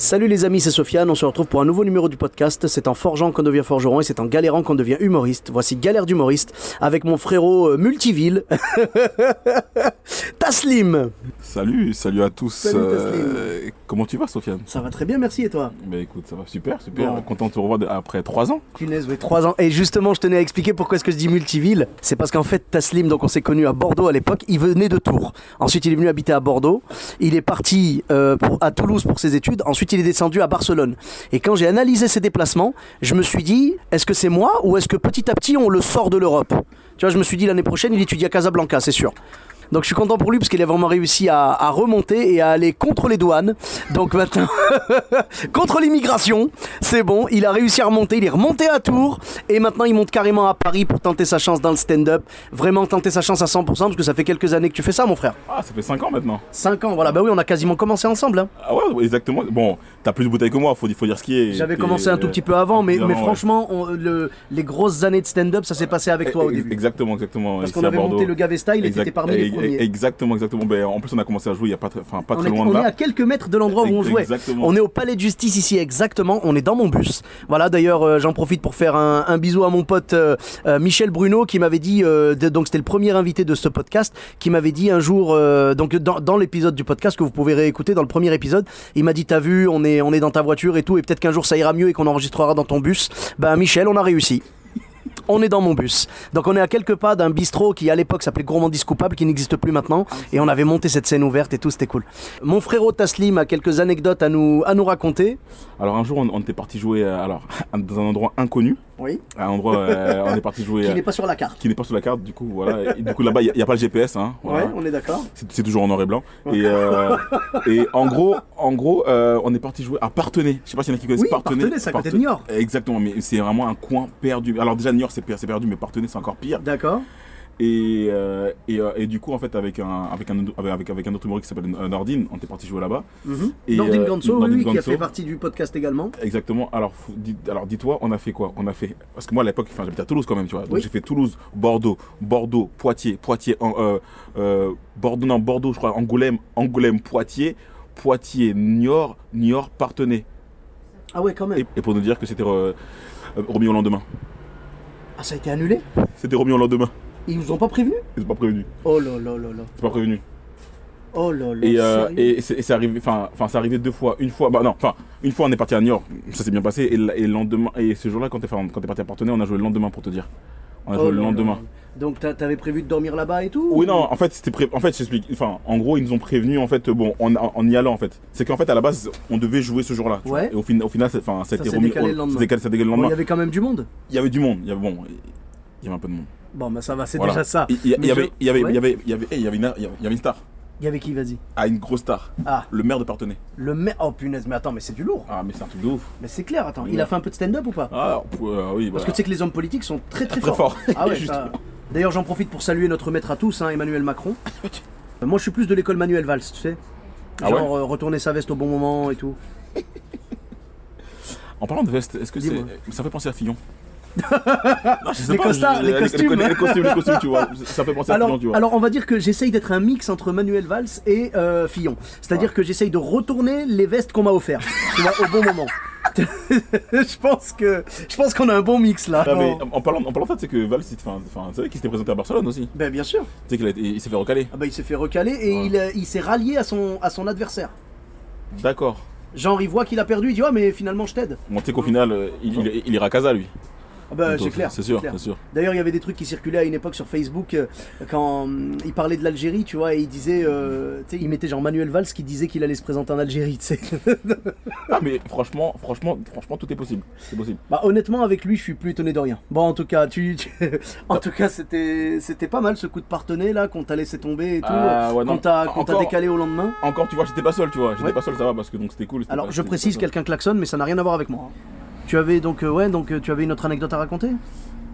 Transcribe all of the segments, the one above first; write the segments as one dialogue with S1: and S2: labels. S1: Salut les amis, c'est Sofiane, on se retrouve pour un nouveau numéro du podcast. C'est en forgeant qu'on devient forgeron et c'est en galérant qu'on devient humoriste. Voici Galère d'humoriste avec mon frérot euh, Multiville, Taslim.
S2: Salut, salut à tous. euh,
S1: Salut,
S2: comment tu vas, Sofiane
S1: Ça va très bien, merci et toi
S2: Ben écoute, ça va super, super.
S1: Bon.
S2: Content de te revoir de- après trois ans.
S1: Punaise, ouais, 3 ans. Et justement, je tenais à expliquer pourquoi est-ce que je dis multiville. C'est parce qu'en fait, Taslim, donc on s'est connu à Bordeaux à l'époque, il venait de Tours. Ensuite, il est venu habiter à Bordeaux. Il est parti euh, pour- à Toulouse pour ses études. Ensuite, il est descendu à Barcelone. Et quand j'ai analysé ses déplacements, je me suis dit, est-ce que c'est moi ou est-ce que petit à petit, on le sort de l'Europe Tu vois, je me suis dit, l'année prochaine, il étudie à Casablanca, c'est sûr. Donc je suis content pour lui parce qu'il a vraiment réussi à, à remonter et à aller contre les douanes. Donc maintenant, contre l'immigration, c'est bon. Il a réussi à remonter. Il est remonté à Tours et maintenant il monte carrément à Paris pour tenter sa chance dans le stand-up. Vraiment tenter sa chance à 100% parce que ça fait quelques années que tu fais ça, mon frère.
S2: Ah, ça fait cinq ans maintenant.
S1: 5 ans, voilà. Bah oui, on a quasiment commencé ensemble. hein.
S2: Ah ouais, ouais, exactement. Bon, t'as plus de bouteilles que moi, faut, di- faut dire ce qui est.
S1: J'avais
S2: T'es-
S1: commencé un tout petit peu avant, mais,
S2: Plus
S1: mais
S2: ouais.
S1: franchement, on- le- les grosses années de stand-up, ça s'est passé avec toi au
S2: Ex-
S1: début.
S2: Exactement, exactement.
S1: Parce
S2: ici
S1: qu'on
S2: à
S1: avait monté
S2: Bordeaux.
S1: le Gavesta, il était parmi les
S2: e- e-
S1: premiers.
S2: Exactement, exactement. Ben, en plus, on a commencé à jouer il y a pas, très, enfin, pas
S1: on
S2: très
S1: est,
S2: loin
S1: on
S2: de
S1: est à
S2: là.
S1: quelques mètres de l'endroit où on jouait.
S2: Exactement.
S1: On est au palais de justice ici exactement. On est dans mon bus. Voilà. D'ailleurs, euh, j'en profite pour faire un, un bisou à mon pote euh, euh, Michel Bruno qui m'avait dit. euh, de- donc c'était le premier invité de ce podcast qui m'avait dit un jour. euh, donc dans, dans l'épisode du podcast que vous pouvez réécouter dans le premier épisode, il m'a dit t'as vu, on est on est dans ta voiture et tout et peut-être qu'un jour ça ira mieux et qu'on enregistrera dans ton bus. Ben Michel, on a réussi. On est dans mon bus. Donc on est à quelques pas d'un bistrot qui à l'époque s'appelait Gourmandise Coupable, qui n'existe plus maintenant. Et on avait monté cette scène ouverte et tout, c'était cool. Mon frérot Taslim a quelques anecdotes à nous, à nous raconter.
S2: Alors, un jour, on, on était parti jouer euh, alors, dans un endroit inconnu.
S1: Oui.
S2: Un endroit, euh, on est parti jouer. euh,
S1: pas sur la carte.
S2: qui n'est pas sur la carte, du coup, voilà. Et du coup, là-bas, il n'y a, pas le GPS, hein. voilà.
S1: est d'accord.
S2: C'est c'est toujours en noir et blanc. Et, euh, et en gros, en gros euh, on est parti jouer à Partenay. Je sais pas s'il y en a qui connaissent
S1: Oui, Parthenay, c'est à côté de Niort.
S2: Exactement, mais c'est vraiment un coin perdu. Alors déjà, Niort, c'est pire- c'est perdu, mais Partenay, c'est encore pire.
S1: D'accord.
S2: Et, euh, et, euh, et du coup, en fait, avec un, avec un, avec, avec un autre humoriste qui s'appelle euh, Nordine, on était parti jouer là-bas. Et,
S1: Nordine
S2: euh,
S1: Mhm. Ganso, oui,
S2: Nordine
S1: oui, qui a
S2: Ganso.
S1: fait partie du podcast également.
S2: Exactement. Alors, faut- dis- alors dis-toi, on a fait quoi On a fait parce que moi à l'époque, enfin, j'habitais à Toulouse quand même, tu vois. Donc
S1: Oui.
S2: j'ai fait Toulouse, Bordeaux, Bordeaux, Poitiers, Poitiers, en, euh, euh, Bordeaux, non Bordeaux, je crois, Angoulême, Angoulême, Poitiers, Poitiers, Niort, Niort, Partenay.
S1: Ah ouais, quand même.
S2: Et, et pour nous dire que c'était euh, euh, remis au lendemain.
S1: Ah, ça a été annulé
S2: C'était remis au lendemain.
S1: Ils vous ont pas prévenu
S2: C'est pas prévenu.
S1: Oh là là là là.
S2: C'est pas prévenu.
S1: Oh là là.
S2: Et, euh,
S1: sérieux
S2: et c'est et c'est arrivé, enfin, enfin, c'est arrivé deux fois. Une fois, bah non, enfin, une fois on est parti à Niort, ça s'est bien passé. Et, le- et le lendemain, et ce jour-là, quand t'es enfin, quand t'es parti à Partenay, on a joué le lendemain pour te dire. On a
S1: Oh
S2: joué le
S1: là là
S2: lendemain.
S1: là. Donc t'a- t'avais prévu de dormir là-bas et tout
S2: Oui, non, en fait, c'était pré- en fait, j'explique. Enfin, en gros, ils nous ont prévenus en fait, bon, en, en y allant en fait. C'est qu'en fait, à la base, on devait jouer ce jour-là. tu vois.
S1: Ouais.
S2: Et au, fin- au final, c'est- enfin, ça a
S1: Ça
S2: été
S1: s'est
S2: remis.
S1: décalé
S2: au-
S1: le lendemain.
S2: c'est décalé- ça a décalé le
S1: Bon, Il
S2: lendemain.
S1: y avait quand même du monde.
S2: Il y avait du monde. Il y avait bon, il y avait un peu de monde.
S1: Bon, bah ça va, c'est
S2: Voilà.
S1: déjà ça.
S2: Il y, a- il y
S1: Mais je-
S2: avait, il y avait,
S1: Ouais.
S2: il y avait, il y avait, eh, il y avait une, il y avait- il y avait une star.
S1: Il y avait qui, vas-y
S2: Ah, une grosse star.
S1: Ah,
S2: Le maire de Partenay.
S1: le maire. Oh punaise, mais attends, mais c'est du lourd.
S2: Ah, mais c'est un truc de ouf.
S1: Mais c'est clair, attends. Il a fait un peu de stand-up ou pas
S2: Ah, p- euh, oui.
S1: Parce que
S2: voilà.
S1: tu sais que les hommes politiques sont très très,
S2: Très
S1: forts.
S2: forts.
S1: Ah ouais,
S2: Justement.
S1: ça- D'ailleurs, j'en profite pour saluer notre maître à tous, hein, Emmanuel Macron. Euh, Moi, je suis plus de l'école Manuel Valls, tu sais.
S2: Ah
S1: Genre,
S2: ouais
S1: euh, retourner sa veste au bon moment et tout.
S2: En parlant de veste, est-ce que c'est,
S1: Dis-moi.
S2: ça fait penser à Fillon Non, je sais
S1: Les
S2: pas,
S1: costards,
S2: je-
S1: les costumes.
S2: Les, costumes, les costumes, tu vois. Ça fait penser à
S1: Alors,
S2: Fillon, tu vois.
S1: alors, on va dire que j'essaye d'être un mix entre Manuel Valls et euh, Fillon. C'est-à-dire
S2: Ah.
S1: que j'essaye de retourner les vestes qu'on m'a offertes, tu vois, au bon moment. je pense que je pense qu'on a un bon mix là.
S2: Ah, mais
S1: Oh.
S2: en parlant, en parlant de ça, c'est que Val, c'est enfin, enfin, tu sais qu'il s'était présenté à Barcelone aussi.
S1: Ben bien sûr.
S2: Tu sais qu'il a été- il s'est fait recaler.
S1: Ah ben, il s'est fait recaler et il, euh, il s'est rallié à son à son adversaire.
S2: D'accord.
S1: Genre il voit qu'il a perdu, il dit ouais mais Ah, finalement je t'aide.
S2: Bon, tu sais qu'au final, euh, il, il- il ira à Casa, lui.
S1: Ah bah,
S2: Donc,
S1: c'est clair.
S2: C'est sûr,
S1: clair.
S2: c'est sûr.
S1: D'ailleurs, il y avait des trucs qui circulaient à une époque sur Facebook euh, quand euh, il parlait de l'Algérie, tu vois, et il disait, euh, tu sais, il mettait genre Manuel Valls qui disait qu'il allait se présenter en Algérie, tu sais.
S2: Ah, mais franchement, franchement, franchement, tout est possible. C'est possible.
S1: Bah honnêtement avec lui je suis plus étonné de rien. Bon en tout cas tu, tu- en tout cas c'était c'était pas mal ce coup de partenaire là qu'on t'a laissé tomber et tout,
S2: Ah, ouais, non.
S1: qu'on t'a qu'on t'a
S2: Encore-
S1: décalé au lendemain.
S2: Encore, tu vois, j'étais pas seul, tu vois. J'étais
S1: Ouais.
S2: pas seul, ça va, parce que donc c'était cool. c'était
S1: Alors
S2: pas-
S1: je
S2: j'étais Bah, pas
S1: précise
S2: seul.
S1: quelqu'un klaxonne mais ça n'a rien à voir avec moi. Tu avais donc euh, ouais donc euh, tu avais une autre anecdote à raconter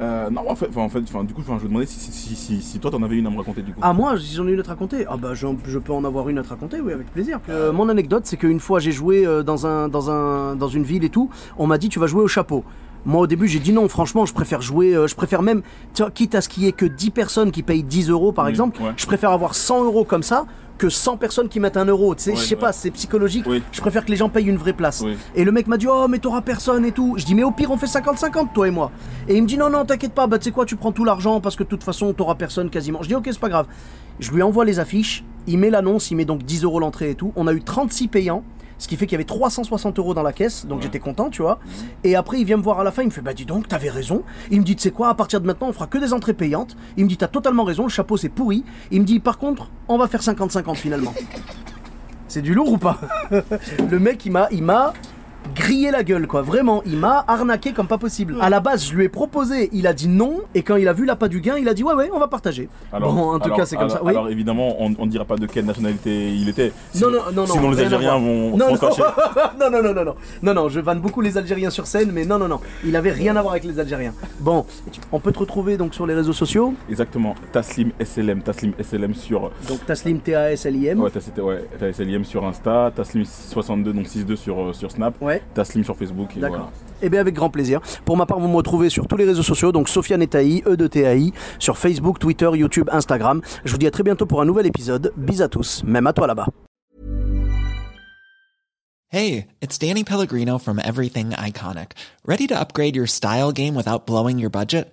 S2: Euh, non, en fait, enfin, en fait enfin, du coup, enfin, je me demandais si, si, si, si, si toi t'en avais une à me raconter du coup.
S1: Ah moi si j'en ai une autre à raconter Ah bah j'en- je peux en avoir une à te raconter oui avec plaisir. Euh, mon anecdote c'est qu'une fois j'ai joué euh, dans un dans un dans une ville et tout, on m'a dit tu vas jouer au chapeau. Moi au début j'ai dit non franchement je préfère jouer, euh, je préfère même, tu vois, quitte à ce qu'il y ait que 10 personnes qui payent 10 euros par exemple,
S2: Mmh, ouais.
S1: je préfère avoir 100 euros comme ça que 100 personnes qui mettent un euro. Tu sais,
S2: Ouais,
S1: je sais
S2: ouais.
S1: pas, c'est psychologique,
S2: Oui.
S1: je préfère que les gens payent une vraie place.
S2: Oui.
S1: Et le mec m'a dit Oh, mais t'auras personne et tout. Je dis Mais au pire, on fait 50-50, toi et moi. Et il me dit Non, non, t'inquiète pas, bah tu sais quoi, tu prends tout l'argent parce que de toute façon, t'auras personne quasiment. Je dis Ok, c'est pas grave. Je lui envoie les affiches, il met l'annonce, il met donc 10 euros l'entrée et tout. On a eu 36 payants. Ce qui fait qu'il y avait 360 euros dans la caisse, donc j'étais content, tu vois. Et après, il vient me voir à la fin, il me fait Bah, dis donc, t'avais raison. Il me dit Tu sais quoi, à partir de maintenant, on fera que des entrées payantes. Il me dit T'as totalement raison, le chapeau c'est pourri. Il me dit Par contre, on va faire 50-50 finalement. C'est du lourd ou pas Le mec, il m'a, il m'a grillé la gueule, quoi. Vraiment, il m'a arnaqué comme pas possible. À la base, je lui ai proposé, il a dit non, et quand il a vu l'appât du gain, il a dit ouais, ouais, on va partager. bon, en tout
S2: alors-
S1: cas, c'est comme
S2: alors-
S1: ça. Oui.
S2: Alors évidemment, on ne dira pas de quelle nationalité il était.
S1: non,
S2: Sinon-
S1: non, non, non.
S2: Sinon les
S1: rien à
S2: Algériens
S1: voir.
S2: vont
S1: Non,
S2: vont
S1: non.
S2: se fâcher.
S1: non, non, non, non, non. Non, non, je vanne beaucoup les Algériens sur scène, mais non, non, non. Il avait rien à voir avec les Algériens. Bon, on peut te retrouver donc sur les réseaux sociaux.
S2: Exactement. Taslim SLM, Taslim SLM sur.
S1: Donc Taslim T-A-S-L-I-M.
S2: Ouais, t'as c'était- ouais, t'as SLM sur Insta, Taslim62, donc 62 sur, euh, sur Snap,
S1: Ouais.
S2: Taslim sur Facebook. et
S1: D'accord.
S2: voilà.
S1: Eh bien, avec grand plaisir. Pour ma part, vous me retrouvez sur tous les réseaux sociaux, donc Sofiane et Taï, E de TAI, sur Facebook, Twitter, YouTube, Instagram. Je vous dis à très bientôt pour un nouvel épisode. Bis à tous, même à toi là-bas.
S3: Hey, it's Danny Pellegrino from Everything Iconic. Ready to upgrade your style game without blowing your budget?